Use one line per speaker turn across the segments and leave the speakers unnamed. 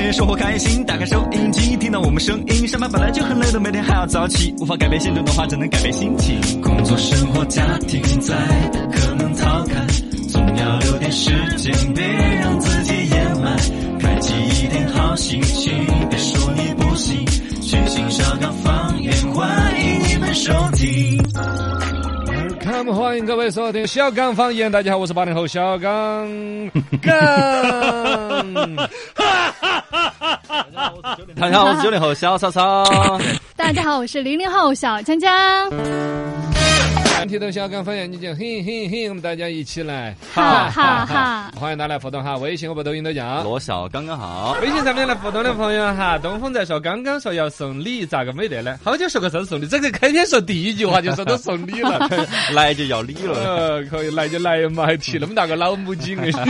天生活开心，打开收音机，听到我们声音。上班本来就很累的，每天还要早起，无法改变现状的话，只能改变心情。工作、生活、家庭在，可能逃开，总要留点时间，别让自己掩埋。开启一点好心情，别说你不行，全新小岗方言，欢迎你们收听。
Welcome，欢迎各位收听小刚方言。大家好，我是八零后小刚 刚。
大家好，我是九零后小曹操。
大家好，我是零零后小江 江。
听到小刚方言，你就嘿嘿嘿，我们大家一起来，
哈哈哈！
欢迎大家来互动哈，微信、微博、抖音都讲。
罗小刚刚好，
微信上面来互动的朋友哈，东风在说刚刚说要送礼，咋个没得呢？好久说个生日送礼，这个开篇说第一句话就说都送礼了。
来就要理了。
呃，可以 来就来嘛，还提那么大个老母鸡，我跟你说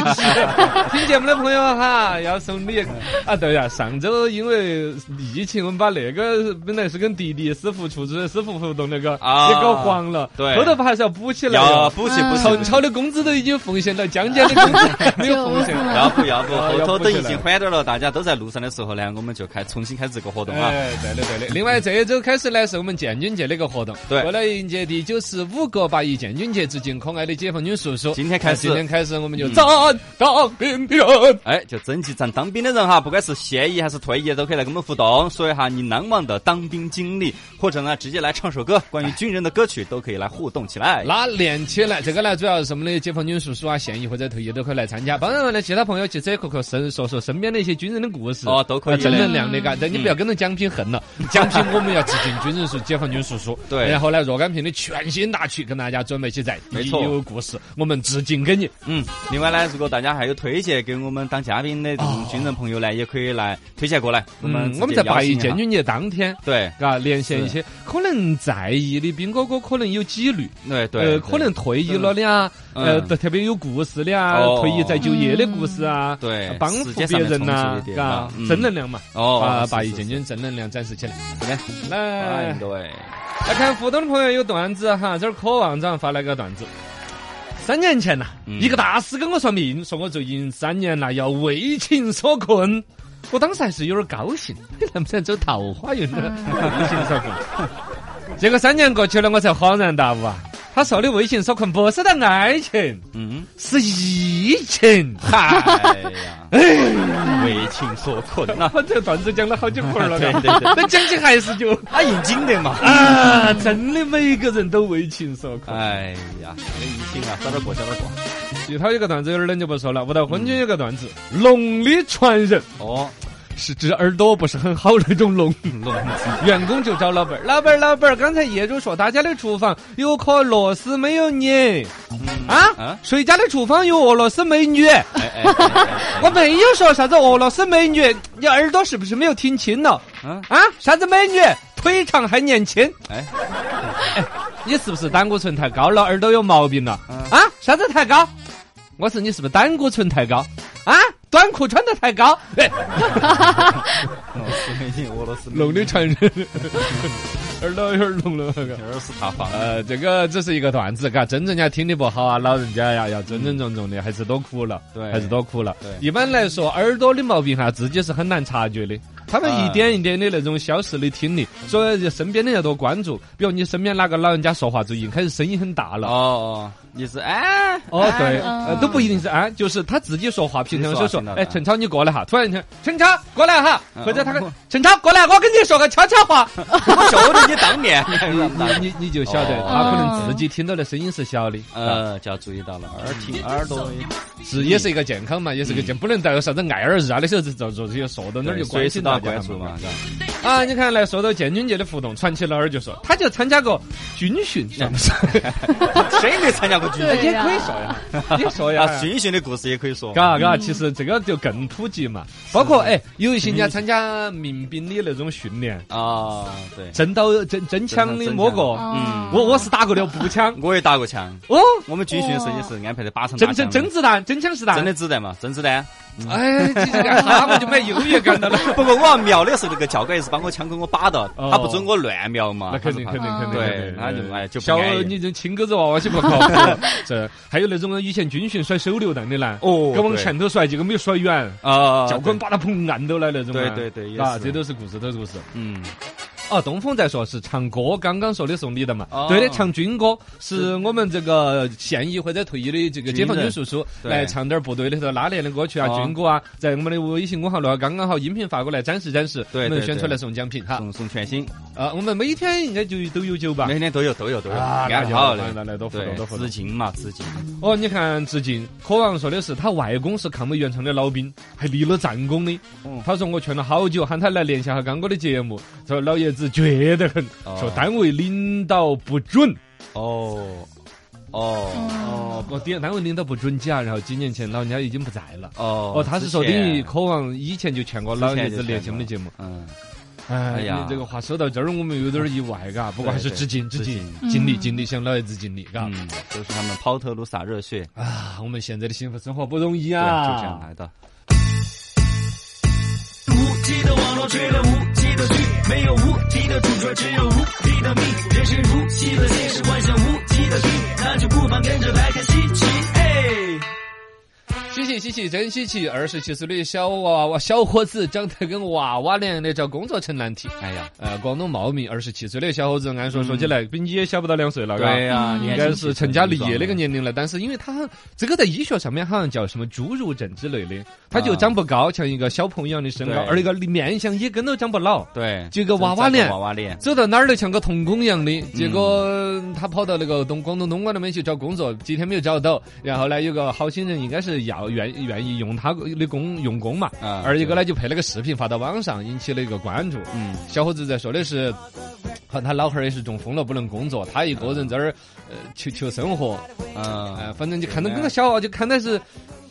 听节目的朋友哈，要送礼啊！对呀，上周因为疫情，我们把那个本来是跟迪迪师傅、厨子师傅互动那个
啊
也搞黄了，
对
后头还是要补起来
要
哟。
补齐补
曹
齐，
操的工资都已经奉献了，江江的工资没有奉献。
要不要不，
啊
后
要
头
补
等
起
疫情
来
缓点了，大家都在路上的时候呢，我们就开重新开这个活动啊。
哎，对的对的。另外，这一周开始呢，是我们建军节的一个活动。
对
为了迎接第九十五个八一建军节，致敬可爱的解放军叔叔。哎
今天开始嗯
今天开始我们就站当兵的人。
哎，就征集咱当兵的人哈，不管是现役还是退役，都可以来跟我们互动，说一下你难忘的当兵经历，或者呢直接来唱首歌，关于军人的歌曲都可以来互动起来。
那连起来，这个呢，主要是我们的解放军叔叔啊、现役或者退役都可以来参加。当然了，其他朋友其实也可可身说说身边的一些军人的故事
哦都可以
啊正
嘞
能量的，嘎。但你不要跟着蒋平恨了，蒋平我们要致敬军人叔、解放军叔叔。
对
然后呢，若干平的全新大曲跟大家准备起在，
没错
你有故事，我们致敬给你。
嗯，另外呢，如果大家还有推荐给我们当嘉宾的这种
哦
军人朋友呢，也可以来推荐过来，我们
嗯我
直
们
接
在
邀
八
请
一
一下
建军节当天。
对
嘎，连线一些可能在役的兵哥哥，可能有几率，
对
呃，
对，
可能退役了的啊，呃，
嗯
特别有故事的啊
哦，嗯
退役再就业的故事啊，
对
帮
世
扶
界
别
上面
人
充
呐
斥着一，点
嘎
嗯，
正能量嘛，
哦
啊，
是
把
是
一
是
件件正能量展示起来。
来，
来
哎，，对，
来看互动的朋友有段子哈，这儿渴望长发来个段子。三年前呐、
嗯
一个大师跟我算命，说我最近三年来要为情所困。我当时还是有点高兴，能不能走桃花运呢？为情所困。结果三年过去了，我才恍然大悟啊！他说的为情所困不是谈爱情，
嗯，
是疫 情。
嗨哎呀，为情所困呐，
我这段子讲了好几回了，
对对对
那讲起还是就
他应景的嘛。
啊，真的每个人都为情所困。
哎呀，这疫情啊，早点过，早点过。
徐涛有个段子有点冷就不说了，吴道昏君有个段子，龙的传人
哦，
是指耳朵不是很好的那种龙。
龙
员工就找老板儿，老板儿，老板儿，刚才业主说他家的厨房有颗螺丝没有拧啊，
啊，
谁家的厨房有俄罗斯美女？
哎哎哎哎，
我没有说啥子俄罗斯美女，你耳朵是不是没有听清了
嗯，
啊？啥子美女？腿长还年轻。
哎，
你是不是胆固醇太高了？耳朵有毛病了？
嗯
啊，啥子太高？我说你是不是胆固醇太高？啊，短裤穿的太高？哎，
俄罗斯美女，俄罗斯
龙的传人， 耳朵有点聋了。那个
俄罗斯大方。
呃，这个这是一个段子，嘎，真正要听的不好啊，老人家呀要真真正正的，还是多哭了，
对
还是多哭了
对。
一般来说，耳朵的毛病哈，自己是很难察觉的。他们
啊
一点一点的那种消失的听力，所以身边的要多关注。比如你身边哪个老人家说话最近开始声音很大了
哦，哦，你是哎，
哦，对，
嗯
呃，都不一定是啊，就是他自己说话，平常就
自己说
说
话，
哎，
平
陈超你过来哈，突然一听，陈超过来哈，
嗯
或者他
哦
跟陈超过来，我跟你说个悄悄话，
我就着你当面，你还
你
软不软
你你就晓得
哦
他可能自己听到的声音是小的，啊，
呃，就要注意到了，耳听耳朵，
是也是一个健康嘛，也是个健，不能带有啥子爱耳日啊那些做做这些说到那儿就
随
关
时
心
都要
大
关
家
注嘛。。是吧
啊，你看来说到建军节的活动，传奇老二就说，他就参加过军训，算不算？
谁没参加过军训？
也可以说呀，也说呀
啊，。军训的故事也可以说。
嘎嘎，其实这个就更普及嘛，包括哎，有一些人家参加民兵的那种训练，
啊，对，
真刀真真枪的摸过，
嗯
我我是打过的步枪
我也打过枪。
哦，
我们军训的时候也是安排的靶场
真真真子弹，真枪实弹。
真的啊子弹嘛，真子弹。
哎，这这个哈我就没优越感了了。
不过我要瞄的时候，那个教官也是把我枪给我把到，
哦
他不准我乱瞄嘛。
那肯定
他
肯
是
定
怕
肯定，
对
肯定，
那就哎就不
小
安逸
你这亲鸽子娃娃些不靠谱。 这还有那种以前军训甩手榴弹的呢，
哦
给往
对
前头甩，结果没有甩远，
啊，
教官把他砰按到了那种啊。
对对对也
啊，
是
这都是故事，都是故事。
嗯，
哦，东风在说是唱歌，刚刚说的是你的嘛？
哦
对的，唱军歌是我们这个现役或者退役的这个解放
军
军
人
叔叔
对
来唱点部队里头拉练的歌曲啊、
哦
军歌啊，在我们的微信公号里刚刚好音频发过来展示展示，
对
我们
对
选出
对
来送奖品哈。
送送全新，
啊，我们每天应该就都有酒吧。
每天都有都有都有，
啊，那
安
就
好
来
的。
来来，多互动
对
多，互动
资。金嘛，资金。
哦，你看致敬，柯王说的是他外公是抗美援朝的老兵，还立了战功的
哦。
他说我劝了好久，喊他来连线下刚哥的节目，说老爷子倔得很，
哦
说单位领导不准。
哦，哦，
哦，不，单单位领导不准假，然后几年前老人家已经不在了。
哦
哦，他是说
之
等
前
于柯王以前就劝过老爷子连线我们的节目。
嗯，
哎
哎呀
呀，哎你这个话说到这儿，我们有点儿意外，嘎。不过还是
对
致敬，致
致
敬，
敬
尽力
嗯
尽力向老爷子尽力，嘎。
嗯，都是他们抛头颅洒热血，
啊，我们现在的幸福生活不容易
对，
啊！
就这样来的。
无极的网络追了无极的剧，没有无敌的主角，只有无敌的命。人生如戏的现实，幻想无极的剧，那就不妨跟着来看稀奇。哎。
稀奇稀奇，真稀奇！二十七岁的小娃娃小伙子长得跟娃娃脸的，找工作成难题。
哎呀，
呃，广东茂名二十七岁的小伙子，按说说起来，比你也小不到两岁了，嘎
对啊呀，
嗯
啊应该是成家立业那个年龄了。但是因为他这个在医学上面好像叫什么侏儒症之类的，他就长不高，像一个小朋友一样的身高，
对
而一个面相也跟都长不老，
对，
就个娃娃脸
娃。娃脸，
走到哪儿都像个童工一样的，结果他跑到那个东广东东莞那边去找工作，几天没有找到，然后呢，有个好心人应该是要愿愿意用他的工用工嘛，
啊
二一个呢就拍了个视频发到网上，引起了一个关注。
嗯，
小伙子在说的是，和他老汉儿也是中风了，不能工作，他一个人在那儿呃求求生活，
嗯，
呃，反正就看到跟个小娃就看到是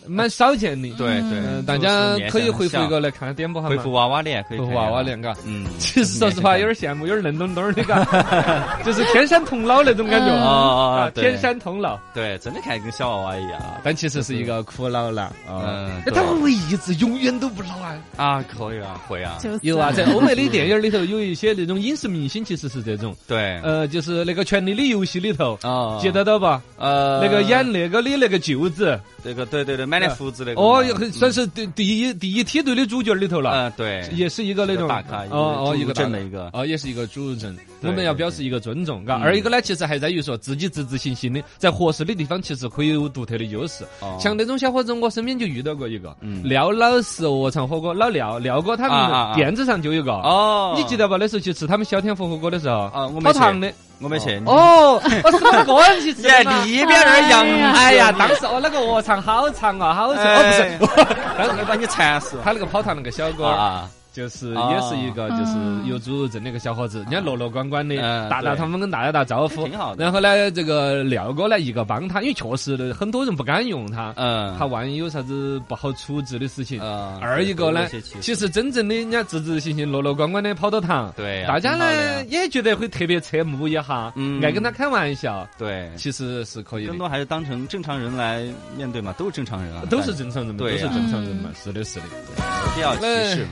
蛮少见的。
对
嗯
嗯、
对，
大家可以回
回
复一个来看点播哈嘛，
回复娃娃脸，可以
回复
看一
娃
下
娃，脸嘎。
嗯，
其实说实话，有点羡慕，有点嫩墩墩儿的， 嘎，就是天山童姥那种感觉
啊
啊，
啊
啊
啊，对
天山童姥。
对，真的看跟小娃娃一 样，
但其实是一个苦老了啊。
嗯，
那他会不会一直永远都不老啊？
啊，可以啊，会啊，
就是
有啊，在欧美的 电影里头有一些那种影视明星，其实是这种，
对，
呃，就是那个《权力的游戏》里头。
哦，
记得到吧？
呃，
那个演那个的那个舅子，
这个，对对对，满脸胡子那个，
哦，很算是第第一第一梯队的主角里头了。
嗯，对，
也是一个那种
大咖，
哦哦，一个大
正的一个，
哦，也是一个主人，我
对
们要表示一个尊重，嘎。
嗯
二一个呢，其实还在于说自己自自信心的，在合适的地方，其实可以有独特的优势。
哦
像那种小伙子，我身边就遇到过一个，
嗯
廖老师鹅肠火锅，老廖廖哥他
啊啊
们
啊
店子上就有个。
哦，
你记得吧？那时候去吃他们小天福火锅的时候，
啊我没
跑
去
堂的。
我没去，
哦， 我是跑个人去吃
你
的嘛。
里边儿
哎
羊
呀，
哎 呀，当时哦，那个鹅肠好长啊，好长。
哎
哦，不 是，当时
会把你馋死
他那个跑堂那个小哥，
啊！
就是
哦
也是一个就是有主症的一个小伙子，人家落落关关的，
啊嗯
打打
对哎
他们跟大家打招呼，
挺好的
然后呢，这个廖哥呢，一个帮他，因为确实很多人不敢用他，
嗯，
他万一有啥子不好处置的事情。
呃
二一个呢，
其
其实真正的人家自自信心、落落关关的跑到堂，
对啊呀
大家
挺好的
呢
呀
也觉得会特别侧目一下，
嗯
爱跟他开玩笑，
对，
其实是可以
更
的，
多还是当成正常人来面对嘛，都是正常人啊，
都是正常人嘛，都
对
是
呀嗯
正常人嘛，是的，是的。
没必要歧视。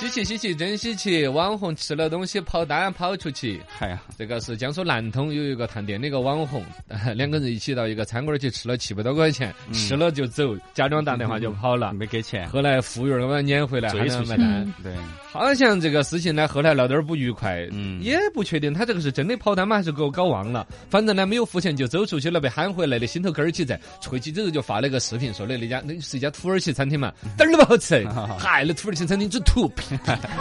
稀奇稀奇，真稀奇！网红吃了东西跑单跑出去。
哎呀，
这个是江苏南通有一个探店的一个网红， 两个人一起到一个餐馆儿去吃了七百多块钱，
嗯
吃了就走，假装打电话就跑了。
没给钱，
后来服务员儿把他撵回来，
追
喊他
出去
买单。
对，
好像这个事情呢，后来闹点儿不愉快，
嗯
也不确定他这个是真的跑单吗，还是给我搞忘了。反正呢，没有付钱就走出去了，被喊回来的，心头根儿起在。回去之后就发了一个视频，说的那家那是一家土耳其餐厅嘛，
嗯
点儿都不 好吃，嗨，那土耳其餐厅真土，呸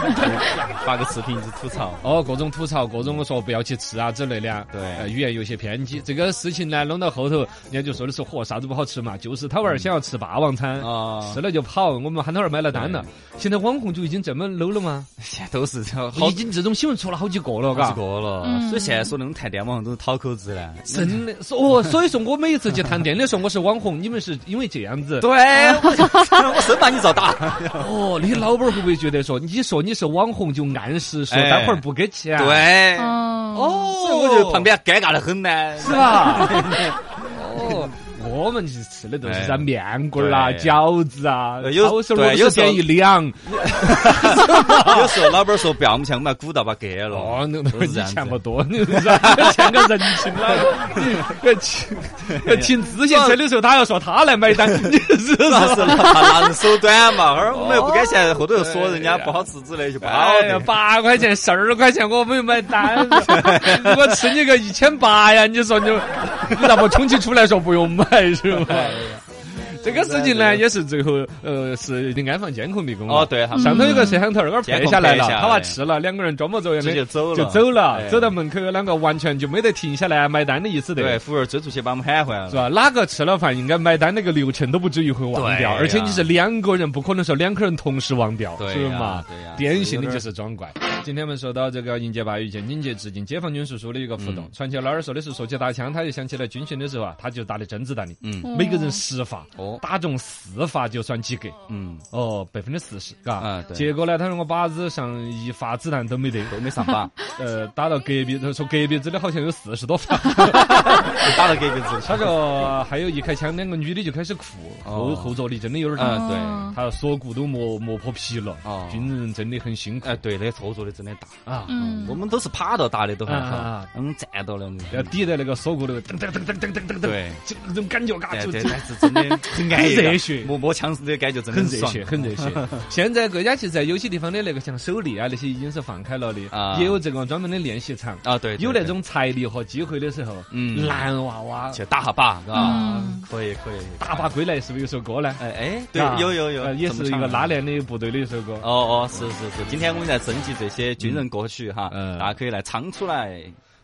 发个视频一直吐槽。
哦，各种吐槽，各种说不要去吃啊之类的啊。
对
呃语言有些偏激。这个事情呢，弄到后头，人家就说的是嚯，啥子不好吃嘛，就是他娃儿想要吃霸王餐。
啊
吃，了就跑，我们喊他娃儿买了单了。现在网红就已经这么 low 了吗？
现在都是这样，
已经这种新闻出了好几个了，
几
嘎。
个了。
嗯
所以现在说那种探店网红都是讨口子呢。
真的，所哦，所以说我每一次去探店的时候，我是网红，你们是因为这样子。
对，我就我生 怕你遭打。
哦，你老板儿会不会觉得说，你说你是网红就暗示说
哎
待会儿不给钱？，
对，
哦，
哦，
所以我就旁边尴尬的很呢。
是吧？哦，我们其实吃的都是
哎
啥面棍儿啊、
对
饺子啊，
呃有
抄手
对
螺
有
丝
时候
点一两，
有时候老板说不要，我们钱我们还鼓捣把给了。
哦，那
都
那
是
你
这样子
钱不多，你是吧欠个人情了。要请要请自行车的时候，他要说他来买单，你是不
那
是？
是拿人手短 嘛，而我们又不给钱，后头又说人家不好吃之类，就不好
哎呀，
的。
八块钱、十二块钱，我没有买单， 我吃你个一千八呀！你说你，你咋不充其出来说不用买是吧？
哎
这个事情呢，也是最后呃是安防监控的功劳
哦，。对，他们
上头有个摄像头，那个
监
拍
控
下来
拍
了，
下来
他娃吃了，两个人装模作样
直
的
接走了，
就走了，
哎
走到门口，两个完全就没得停下来买单的意思的。
对，服务员追出去把我们喊回来
是
了。
吧？哪个吃了饭，应该买单那个流程都不至于会忘
对
掉，
呀
而且你是两个人，不可能说两个人同时忘掉，
对呀
是不是嘛？
对呀
典型的就是装怪。今天我们说到这个迎接八一节，迎接致敬解放军叔叔的一个互
嗯
动。传奇老二说的是说起打枪，他就想起来军训的时候啊，他就打的真子弹的，
嗯
每个人十发，
哦，
打中四发就算及格，
嗯，
哦，百分之四十，
啊
嘎。
对
结果呢，他说我靶子上一发子弹都 没得，
都没上靶，
呃，打到隔壁，他说隔壁子的好像有四十多发。
打到隔壁子。
他说还有一开枪，两个女的就开始哭，后
哦
后坐力真的有点儿。
嗯，对，
哦
他锁骨都磨磨破皮了
哦，
军人真的很辛苦
哎，对，那个操作的真的大，
啊！
嗯
我，们都是趴到打的都还好
啊，
我们站到了，我们
要抵在那个锁骨那个噔噔噔噔噔噔噔噔，
对，
这种感觉嘎
对
就
哎对，
就
但是真的很安逸
很热血
摸摸枪的感觉真的
很热
爽
血，很热血。 现在国家其实在有些地方的那个像首例啊那些已经是放开了的
啊，
也有这个专门的练习场。
啊！对，对
有那
对
种财力和机会的时候，
嗯
男娃娃
去打下靶，是
啊
吧
嗯？
可以可以，
打靶归来是不是有首歌呢？
哎哎，对
啊，
有有有
呃，也
怎么
是一
唱
个
啊
拉练的部队的一首歌。
哦哦，是是是，今天我们在征集这些军人歌曲哈，
嗯
大家可以来唱出来。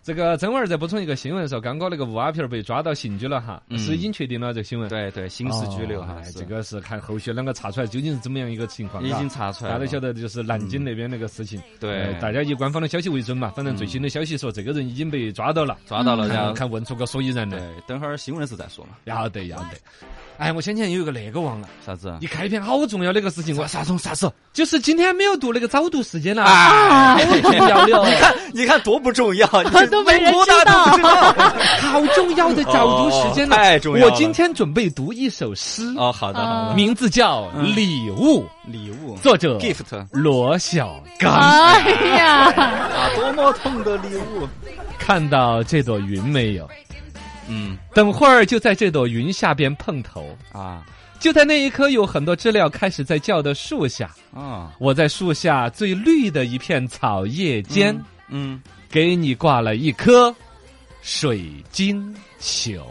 这个曾娃儿再补充一个新闻说，刚刚那个吴阿平被抓到刑拘了哈，
嗯
是已经确定了这个新闻。
对对，刑事拘留
哦
哈
哎，
是
这个是看后续啷个查出来究竟是怎么样一个情况。
已经
是吧
查出来
大家
了
都。晓得，就是南京那边那个事情。
对
呃大家以官方的消息为准嘛。反正最新的消息说，这个人已经被抓到了，
抓到了，
看
然后
看问出个所以然
嗯
来。
对，等会儿新闻的时候再说嘛。
要得要得。哎，我先前有一个那个忘了，
啥子啊
一？开篇好重要的一个事情，我
啥种啥子？
就是今天没有读那个早读时间了。
啊！
好重要的哦，
你看，你看多不重 要，你
啊都没人
多大都不知道。
好重要的早读时间了，
哦太重要了
我今天准备读一首诗。
哦，好的好的，
名字叫《礼物》，
礼物
作者
gift
罗小刚。
哎呀，
啊，多么痛的礼物。
看到这朵云没有？
嗯
等会儿就在这朵云下边碰头。
啊
就在那一刻，有很多知了开始在叫的树下。
啊
我在树下最绿的一片草叶间，
嗯
给你挂了一颗水晶球。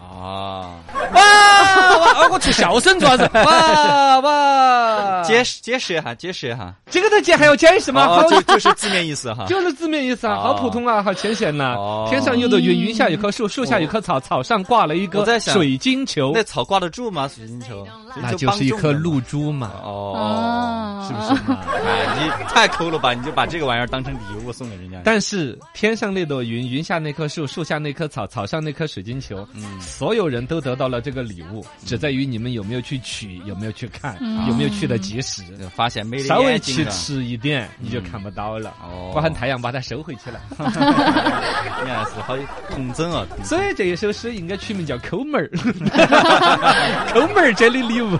啊，
哇！哇我出笑声做啥子？
嗯啊
哇哇！
解释解释一下，解释一下。
这个东西还要解释吗？
哦
好
就就是字面意思哈。
就是字面意思啊，
哦
好普通啊，好浅显呐、
哦
天上有朵云，云下有棵树，树下有棵草，草上挂了一
我
个
在想
水晶球
那，草挂得住吗？水晶球，
那就是一颗露珠嘛，
哦。
哦，
是不是？嘛？
哎，你太抠了吧！你就把这个玩意儿当成礼物送给人家。
但是天上那朵云，云下那棵树，树下那棵草，草上那颗水晶球，
嗯
所有人都得到了这个礼物，只在于你们有没有去取，有没有去看，
嗯
有没有去的及时。
就发现没
稍
得
微
嗯眼睛
去
的，
迟一点，你就看不到了。
啊哦
包含太阳把它收回去了。
你还是好童真啊！
所以这一首诗应该取 名叫《抠门儿》， 抠门儿这里礼物。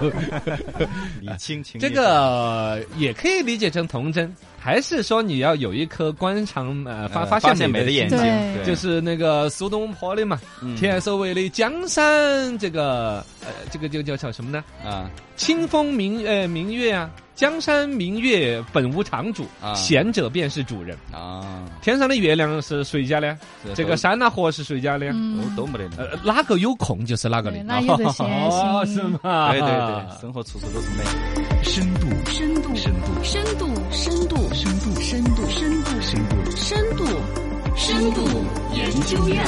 理清情
啊这个也可以理解成童真，还是说你要有一颗观察呃发
呃发
发现
现
美
美的眼
睛
睛，
对
对
就是那个苏东坡的嘛，
嗯
前所谓的江山这个呃这个就叫叫什么呢？
啊
清风明呃明月啊，江山明月本无常主，
啊
贤者便是主人。
啊，
天上的月亮是谁家的？这个
啥
山呐、河是谁家的？
嗯，
都没得的。
呃，哪个有空就是哪个
对
的。
那有的闲
哦，是
心，
吗？
对对
啊
对，生活处处都是美。
深度，
深度，
深度，
深度，深度，
深度，
深度，深度，
深度。
深度，深度研究院。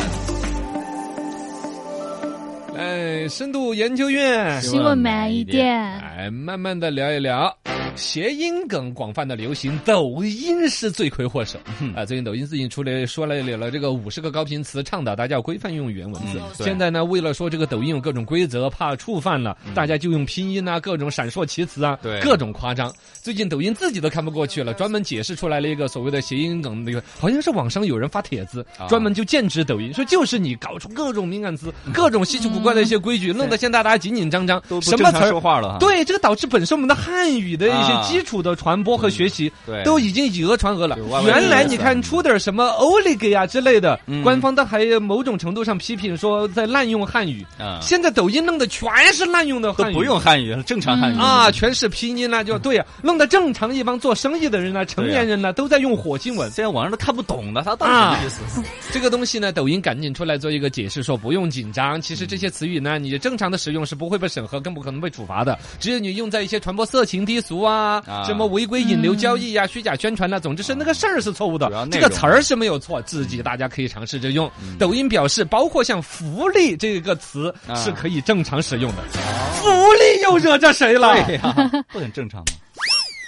哎，深度研究院，
希望满一点。
哎，慢慢的聊一聊。谐音梗广泛的流行，抖音是罪魁祸首。
嗯
啊，最近抖音自己出来说了了这个五十个高频词，倡导大家要规范用语言文字。
嗯对
现在呢，为了说这个抖音有各种规则，怕触犯了，大家就用拼音啊，各种闪烁其词啊，
嗯对
各种夸张。最近抖音自己都看不过去了，专门解释出来了一个所谓的谐音梗，那个好像是网上有人发帖子，
啊
专门就剑指抖音，说就是你搞出各种敏感词，各种稀奇古怪的一些规矩，弄得现在大家紧紧张张
嗯都，不
什
正
么词
常
儿
说话了哈。
对，这个导致本身我们的汉语的一些
啊嗯
基础的传播和学习，
对
都已经以讹传讹了
对外。文
原来
意思
你看出点什么 olig 啊之类的，
嗯
官方都还某种程度上批评说在滥用汉语。
啊，
现在抖音弄的全是滥用的
都
汉语，
不用嗯汉语，正常汉语
啊，全是拼音啦、就对呀、弄得正常一帮做生意的人呢、啊成年人呢、都在用火星文。
现在网上都看不懂了，他到底什么意
啊
思？
这个东西呢，抖音赶紧出来做一个解释，说不用紧张。其实这些词语呢，你正常的使用是不会被审核，更不可能被处罚的。只有你用在一些传播色情、低俗啊，
啊
什么违规引流交易呀、虚假宣传呐、总之是那个事儿是错误的
主要内，
这
容嗯
个词儿是没有错，自己大家可以尝试着用。抖音表示，包括像“福利”这个词
啊哦
是可以正常使用的。福利又惹着谁了？
对呀，不很正常吗？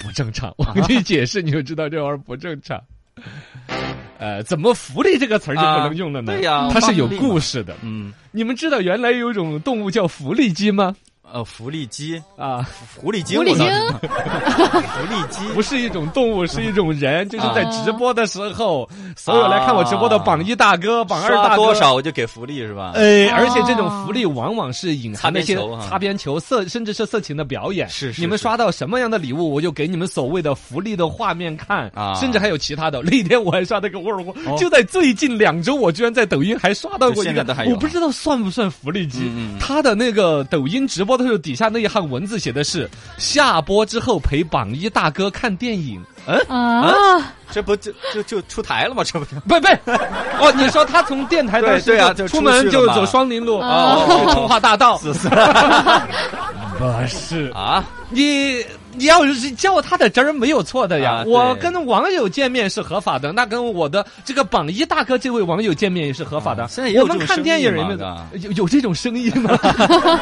不正常。我给你解释，你就知道这玩意儿不正常。呃，怎么“福利”这个词儿就不能用了呢？
啊对呀
它是有
我帮你嘛
故事的。
嗯，
你们知道原来有一种动物叫福利鸡吗？
呃，福利鸡，
啊，
狐狸精，
狐狸
我
精
倒是， 狐狸鸡，
不是一种动物，是一种人，就是在
啊
直播的时候，所有来看我直播的榜一大哥、榜二
刷
大哥
多。少我就给福利是吧？
呃，
哦
而且这种福利往往是隐含那些
擦边球啊
擦边球、色，甚至是色情的表演。
是是
你们
是
刷到什么样的礼物，我就给你们所谓的福利的画面看
啊
甚至还有其他的。那天我还刷到一个沃尔沃
哦，
就在最近两周，我居然在抖音还刷到过一
现
个
在都还，有啊
我不知道算不算福利机
嗯嗯嗯。
他的那个抖音直播的时候，底下那一行文字写的是下播之后陪榜一大哥看电影。
啊，
这不就就就出台了吗？这不就
不不，哦，你说他从电台当时
对对啊就
出
出
门
去
就
了嘛
走双林路，
哦
去成华大道，
自私
不是
啊？
你。你要是叫他的真儿没有错的呀，
啊对
我跟网友见面是合法的，那跟我的这个榜一大哥这位网友见面也是合法的。
啊现在也有
我们
这种
看电影
生意嘛
人
是吧
有有这种生意 吗？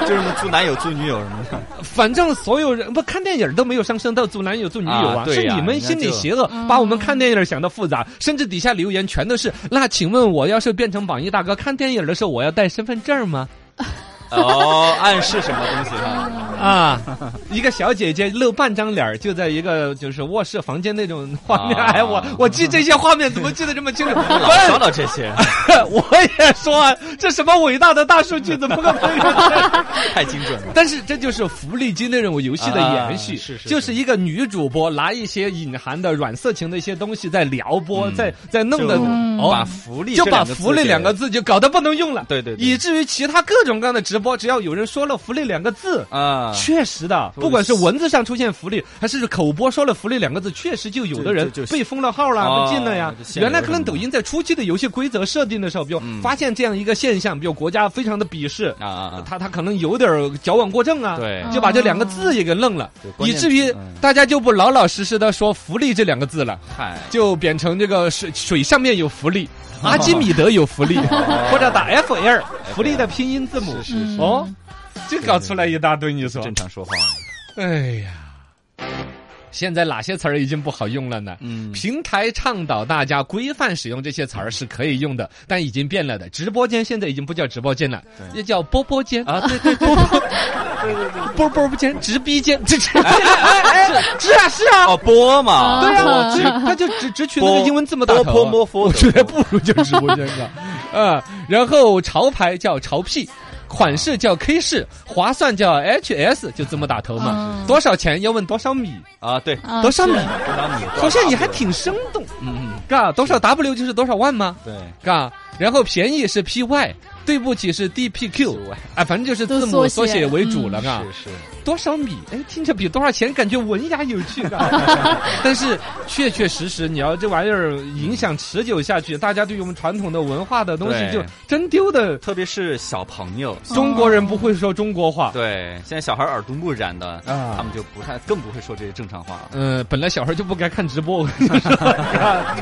就是什么猪男友、猪女友什么的。
反正所有人不看电影都没有上升到“祖男友”“祖女友啊”，
啊对
是
呀
你们心里
人家就
邪恶，把我们看电影想的复杂，甚至底下留言全都是“那请问我要是变成榜一大哥看电影的时候，我要带身份证吗
哦，暗示什么东西啊？”？
啊， 一个小姐姐露半张脸儿就在一个就是卧室房间那种画面，
啊
哎，我我记这些画面怎么记得这么清 楚？
老刷到这些，
我也说啊这什么伟大的大数据，怎么个朋友？
太精准了。
但是这就是福利机那种游戏的延续，
啊是是
就是一个女主播拿一些隐含的软色情的一些东西在撩拨，在在弄的
嗯就把
哦。
福利
就
这
把
两个字
福利
给
两个字就搞得不能用了，
对对对
以至于其他各种各样的直播，只要有人说了福利两个字，
啊，
确实的，
就是
不管是文字上出现福利，还是口播说了福利两个字，确实就有的人
就就就
被封了号啦，
哦
被禁了呀
就。限流
原来可
什
能
么的
抖音在初期的游戏规则设定的时候，比如
嗯
发现这样一个现象，比如国家非常的鄙视
啊啊啊
他他可能有点儿矫枉过正啊，
对
就把这两个字也给愣了
对，关
以
键
至于
嗯
大家就不老老实实的说“福利”这两个字了，
嗨，
就变成这个水水上面有福利，
哦
阿基米德 有福利，或者打 F L 福利的拼音字母，
是是
哦，这搞出来一大堆，你说
正常说话。
哎呀，现在哪些词儿已经不好用了呢？
嗯
平台倡导大家规范使用这些词儿是可以用的，但已经变了的。直播间现在已经不叫直播间了，也叫波波间啊，对对对。波波间、直逼间，这这， 哎哎哎，是啊是啊，
哦，播嘛，
对啊，
播
只
直
他就只只取那个英文字母打头、啊，
波波波
我觉得不如就直播间了，啊，然后潮牌叫潮 P。款式叫 K 式，划算叫 HS，就字母打头嘛。
嗯
多少钱要问多少米，
啊，对，
啊
多少米？
多少米？
好像你还挺生动，
嗯，嗯，
嘎，多少 W 就是多少万吗？
对，
嘎，然后便宜是 PY，对不起是 DPQ，啊，反正就是字母
都
缩
缩写
写为主了，嘎。
啊
是
多少米？哎，听着比多少钱感觉文雅有趣 的，但是确确实实，你要这玩意儿影响持久下去，大家对于我们传统的文化的东西
对
就真丢的。
特别是小朋友，
中国人不会说中国话。
对，现在小孩耳濡目染的，
啊
他们就不太更不会说这些正常话了。
嗯、本来小孩就不该看直播， 我跟你说，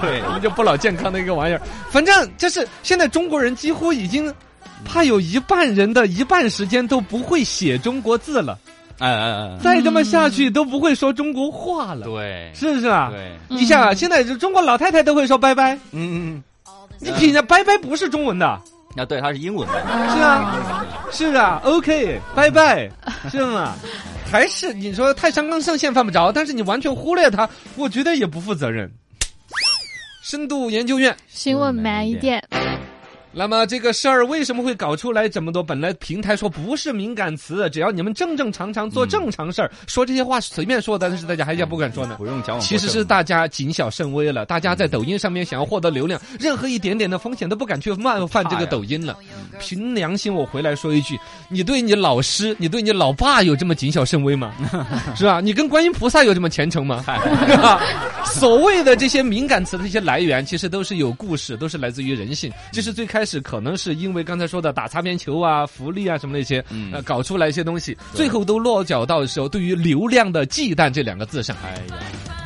对
我们就不老健康的一 个玩意儿。反正就是现在中国人几乎已经，怕有一半人的一半时间都不会写中国字了。
哎哎哎，
再这么下去都不会说中国话了，
对，
是不是啊？
对，
嗯
你想啊，现在就中国老太太都会说拜拜，
嗯嗯，
你品着拜拜不是中文的，
啊，对，它是英文的，
是啊，是啊，OK，拜拜，是吗？还是你说太上纲上线犯不着，但是你完全忽略它，我觉得也不负责任。深度研究院，
询问慢一点，
那么这个事儿为什么会搞出来这么多？本来平台说不是敏感词，只要你们正正常常做正常事儿，说这些话随便说的，但是大家还是不敢说呢。
不用矫枉过正。
其实是大家谨小慎微了，大家在抖音上面想要获得流量，任何一点点的风险都不敢去冒犯这个抖音了。凭良心，我回来说一句，你对你老师，你对你老爸有这么谨小慎微吗？ 是吧？你跟观音菩萨有这么虔诚吗？是吧 所谓的这些敏感词的一些来源，其实都是有故事，都是来自于人
嗯
性。就是最开始可能是因为刚才说的打擦边球啊、福利啊什么那些，
嗯
呃，搞出来一些东西，最后都落脚到的时候，对于流量的忌惮这两个字上。
哎呀，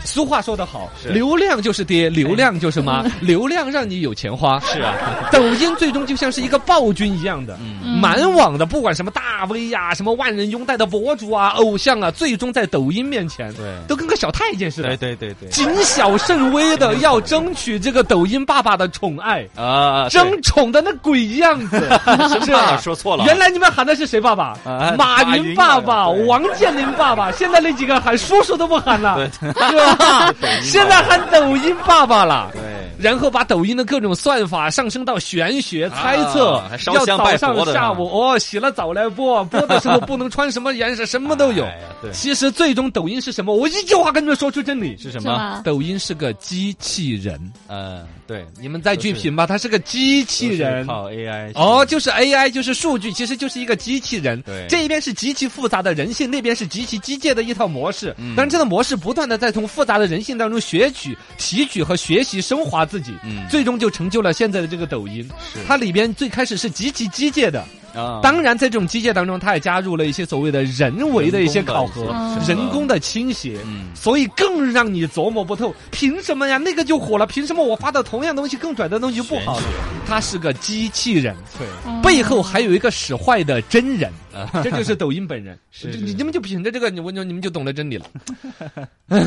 俗话说得好，
是哎
流量就是爹，流量就是妈，流量让你有钱花。
是 啊，
抖音最终就像是一个暴君一样的，
嗯
嗯
满网的不管什么大 V 呀、什么万人拥戴的博主啊、偶像啊，最终在抖音面前，
对
都跟个小太监似
对
的，
对对对，
谨小慎微的要争取这个抖音爸爸的宠爱。
啊，对啊
争宠的那鬼样 子， 是吧？
说错了
原来你们喊的是谁爸爸
啊？
马
马
云
云
爸
爸
爸、
爸对
王健林爸爸。现在那几个喊叔叔都不喊了，
对
是吧？现在喊抖音爸爸了。
对。
然后把抖音的各种算法上升到玄学猜测
啊还，烧
要
香
早
拜
上
佛的呢
下午哦，洗了澡来 播，播的时候不能穿什么颜色，什么都有
哎呀。 对
其实最终抖音是什么？我一句话跟你们说出真理，
是什
是
么？
吗？
抖音是个机器人。
嗯，对，
你们再去品吧，它是个机器
都是
人。
靠 AI
哦，就是 AI，就是数据，其实就是一个机器人。
对
这一边是极其复杂的人性，那边是极其机械的一套模式。
嗯
但是这个模式不断的在从复杂的人性当中学取、提取和学习升华自己，
嗯
最终就成就了现在的这个抖音。
是
它里边最开始是极其机械的，
啊，
当然在这种机械当中，它也加入了一些所谓的人为的一些考核
人
工的一，些
人工的倾斜。
嗯
所以更让你琢磨不透，凭什么呀？那个就火了，凭什么我发的同样东西更拽的东西就不好呢？它是个机器人，
对，
嗯
背后还有一个使坏的真人， 这就是抖音本人。
是
这
是
你你们就凭着这个，你我你们就懂得真理了。唉